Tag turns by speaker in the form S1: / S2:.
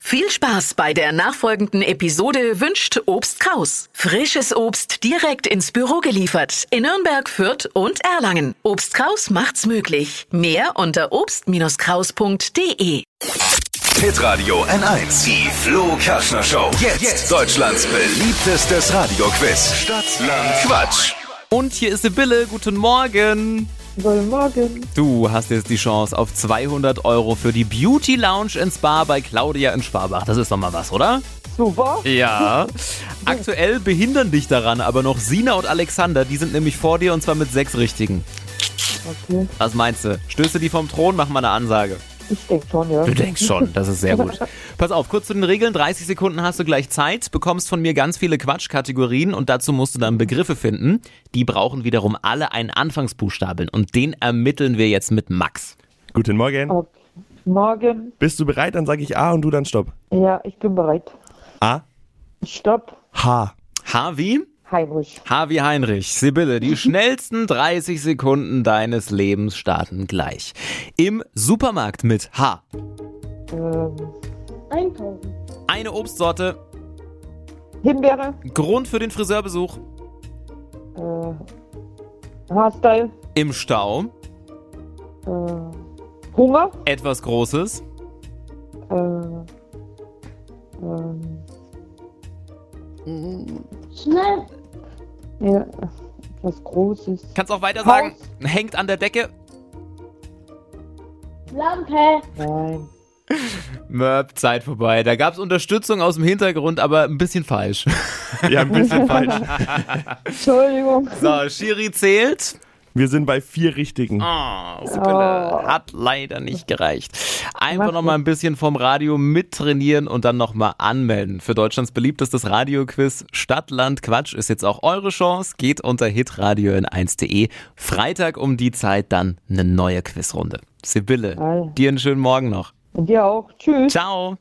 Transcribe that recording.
S1: Viel Spaß bei der nachfolgenden Episode wünscht Obst Kraus. Frisches Obst direkt ins Büro geliefert in Nürnberg, Fürth und Erlangen. Obst Kraus macht's möglich. Mehr unter obst-kraus.de.
S2: Pit Radio N1, die Flo Kaschner Show. Jetzt, Deutschlands beliebtestes Radioquiz. Stadt, Land, Quatsch.
S3: Und hier ist Sibylle, guten Morgen.
S4: Guten Morgen.
S3: Du hast jetzt die Chance auf 200 Euro für die Beauty Lounge in Spa bei Claudia in Schwabach. Das ist doch mal was, oder?
S4: Super.
S3: Ja. Aktuell behindern dich daran aber noch Sina und Alexander. Die sind nämlich vor dir und zwar mit sechs Richtigen.
S4: Okay.
S3: Was meinst du? Stößt du die vom Thron? Mach mal eine Ansage.
S4: Ich denke schon, ja.
S3: Du denkst schon, das ist sehr gut. Pass auf, kurz zu den Regeln. 30 Sekunden hast du gleich Zeit, bekommst von mir ganz viele Quatschkategorien und dazu musst du dann Begriffe finden. Die brauchen wiederum alle einen Anfangsbuchstaben und den ermitteln wir jetzt mit Max.
S5: Guten Morgen.
S4: Okay. Morgen.
S5: Bist du bereit? Dann sage ich A und du dann Stopp.
S4: Ja, ich bin bereit.
S5: A,
S4: Stopp.
S5: H.
S3: H wie?
S4: Heinrich.
S3: H wie Heinrich. Sibylle, die schnellsten 30 Sekunden deines Lebens starten gleich. Im Supermarkt mit H.
S4: Ähm,
S6: Einkaufen.
S3: Eine Obstsorte.
S4: Himbeere.
S3: Grund für den Friseurbesuch.
S4: Äh, Haarstyle.
S3: Im Stau.
S4: Äh, Hunger.
S3: Etwas Großes.
S4: Äh, ähm,
S6: Schnell.
S4: ja, etwas Großes.
S3: Kannst auch weiter sagen.
S4: Haus.
S3: Hängt an der Decke.
S6: Lampe.
S4: Nein.
S3: Möp, Zeit vorbei. Da gab es Unterstützung aus dem Hintergrund, aber ein bisschen falsch.
S5: Ja, ein bisschen falsch.
S4: Entschuldigung.
S3: So, Schiri zählt.
S5: Wir sind bei vier Richtigen.
S3: Oh, Sibylle hat leider nicht gereicht. Einfach
S4: Mach
S3: nochmal ein bisschen vom Radio mittrainieren und dann nochmal anmelden. Für Deutschlands beliebtestes Radioquiz Stadtland Quatsch ist jetzt auch eure Chance. Geht unter hitradio in 1.de. Freitag um die Zeit dann eine neue Quizrunde. Sibylle,
S4: Geil.
S3: dir einen schönen Morgen noch.
S4: Und dir auch. Tschüss.
S3: Ciao.